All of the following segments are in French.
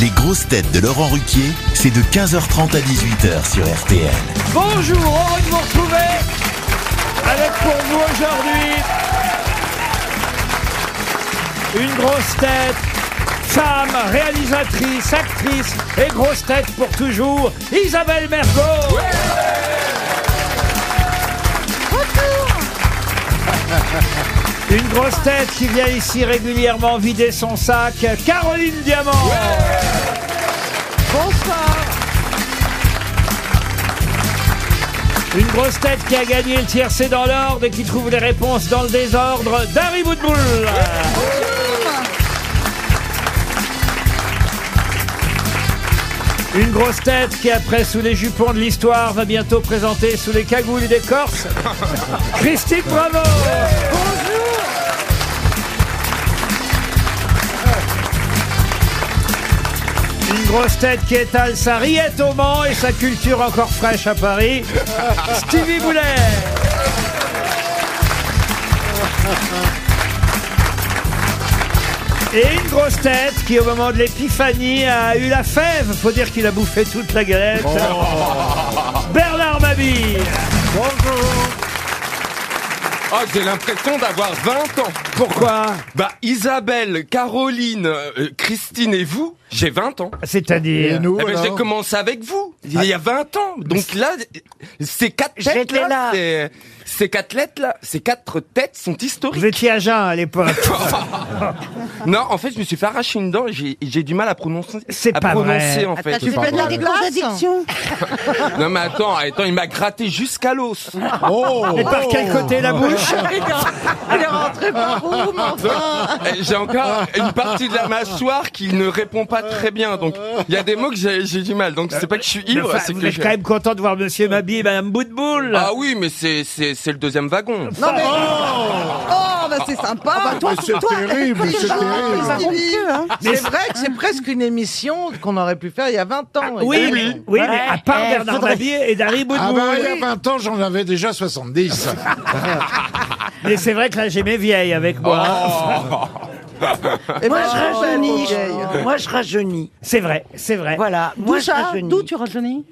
Les grosses têtes de Laurent Ruquier, c'est de 15h30 à 18h sur RTL. Bonjour, heureux de vous retrouver avec pour vous aujourd'hui une grosse tête, femme, réalisatrice, actrice et grosse tête pour toujours, Isabelle Mergo. Une grosse tête qui vient ici régulièrement vider son sac, Caroline Diamant. Bonsoir. Une grosse tête qui a gagné le tiercé dans l'ordre et qui trouve les réponses dans le désordre, Dari Boudboul. Une grosse tête qui, après sous les jupons de l'histoire, va bientôt présenter sous les cagoules des Corses, Christine Bravo. Une grosse tête qui étale sa riette au Mans et sa culture encore fraîche à Paris, Stevie Boulet. Et une grosse tête qui, au moment de l'épiphanie, a eu la fève. Faut dire qu'il a bouffé toute la galette. Bernard Mabille. Oh, j'ai l'impression d'avoir 20 ans. Pourquoi Bah, Isabelle, Caroline, euh, Christine et vous, j'ai 20 ans. C'est-à-dire. Eh ben, j'ai commencé avec vous, il y a 20 ans. Donc là, ces quatre têtes là, c'est- ces quatre lettres là, ces quatre têtes sont historiques. Vous étiez à jeun à l'époque. Non, en fait, je me suis fait arracher une dent et j'ai- j'ai du mal à prononcer. C'est à pas prononcer, vrai. en fait. tu fais de la déclaration d'addiction Non, mais attends, attends, il m'a gratté jusqu'à l'os. Et par quel côté la bouche Elle est rentrée par où, mon enfant Euh, J'ai encore une partie de la mâchoire qui ne répond pas très bien. Donc, il y a des mots que j'ai j'ai du mal. Donc, c'est pas que je suis ivre, Enfin, c'est Vous que êtes j'ai- quand même content de voir Monsieur Mabille et Madame Boutboul. Ah oui, mais c'est c'est c'est le deuxième wagon. Non, mais... Oh, bah c'est sympa toi, c'est terrible, c'est terrible. Mais- hein. C'est vrai que c'est presque une émission qu'on aurait pu faire il y a 20 ans. Ah, Oui, mais, oui, mais à part eh, Bernard faudrait- Mabille et Dari Boudboul. Ah bah, il y a 20 ans, j'en avais déjà 70. Mais c'est vrai que là, j'ai mes vieilles avec moi. Et Moi, je rajeunis. Moi, je rajeunis. C'est vrai, c'est vrai. Voilà. Moi, je rajeunis. D'où tu rajeunis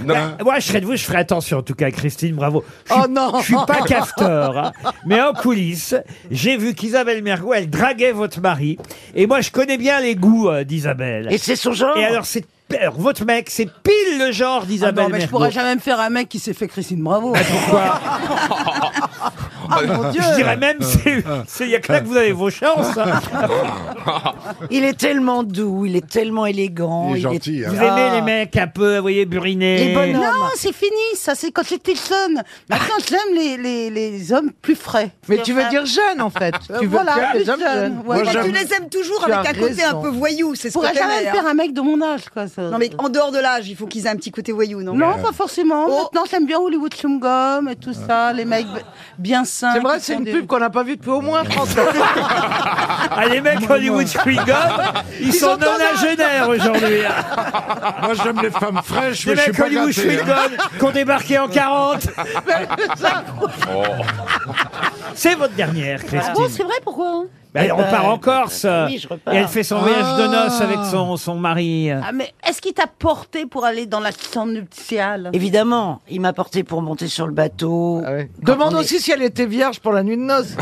Bah, moi, je serais de vous, je ferai attention en tout cas, Christine, bravo. Je suis- Oh non Je suis pas cafteur, hein. mais en coulisses, j'ai vu qu'Isabelle Mergo, elle draguait votre mari. Et moi, je connais bien les goûts euh, d'Isabelle. Et c'est son genre. Et alors, c'est alors, votre mec, c'est pile le genre d'Isabelle Ah Non, mais je Mergo. pourrais jamais me faire un mec qui s'est fait Christine Bravo. Ah, Je dirais même, c'est c'est- il y a que là que vous avez vos chances. hein. Il est tellement doux, il est tellement élégant. Il est Ah. gentil. Vous Hein. aimez les mecs un peu, vous voyez, burinés. Les bonhommes. Non, c'est fini, ça c'est quand j'étais jeune. Maintenant, j'aime les, les, les hommes plus frais. Euh, Mais tu veux dire jeune, en fait. Tu veux dire voilà, les plus hommes jeune. jeunes. ouais. Mais j'aime- Bah, tu les aimes toujours Tu as avec un côté raison. un peu voyou, c'est Je ce que pourrais jamais t'aimais. me hein. faire un mec de mon âge, quoi. Ça. Non mais en dehors de l'âge, il faut qu'ils aient un petit côté voyou, non Non, pas forcément. Oh. Maintenant, j'aime bien Hollywood Chum Gum et tout ça, les mecs b- bien sains. C'est vrai, qui c'est font une des- pub qu'on n'a pas vue depuis au moins 30 ans. Ah, les mecs Hollywood Spring ils, sont nonagénaires aujourd'hui. hein. Moi, j'aime les femmes fraîches, Des mais je suis mecs pas Hollywood gâté. hein. Spring qui ont débarqué en 40. Oh. C'est votre dernière, Ah bon, Christine. c'est vrai, pourquoi hein Ah. Ben, on ben, part en Corse. oui, je repars. et elle fait son voyage de noces Ah. avec son, son mari. Ah, mais est-ce qu'il t'a porté pour aller dans la chambre nuptiale Évidemment, il m'a porté pour monter sur le bateau. Demande on est- aussi si elle était vierge pour la nuit de noces.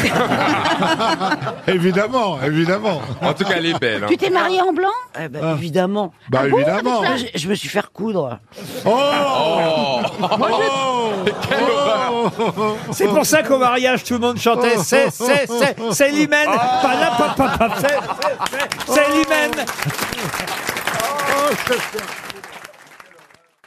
Évidemment, évidemment. En tout cas, elle est belle. hein. Tu t'es marié en blanc Eh ben, Évidemment. Bah, évidemment. Moi, je, je me suis fait recoudre. C'est pour ça qu'au mariage, tout le monde chantait C'est, c'est, c'est, c'est l'hymen. Ah. Pas là, pas, pas, pas, c'est, c'est, c'est, c'est l'hymen.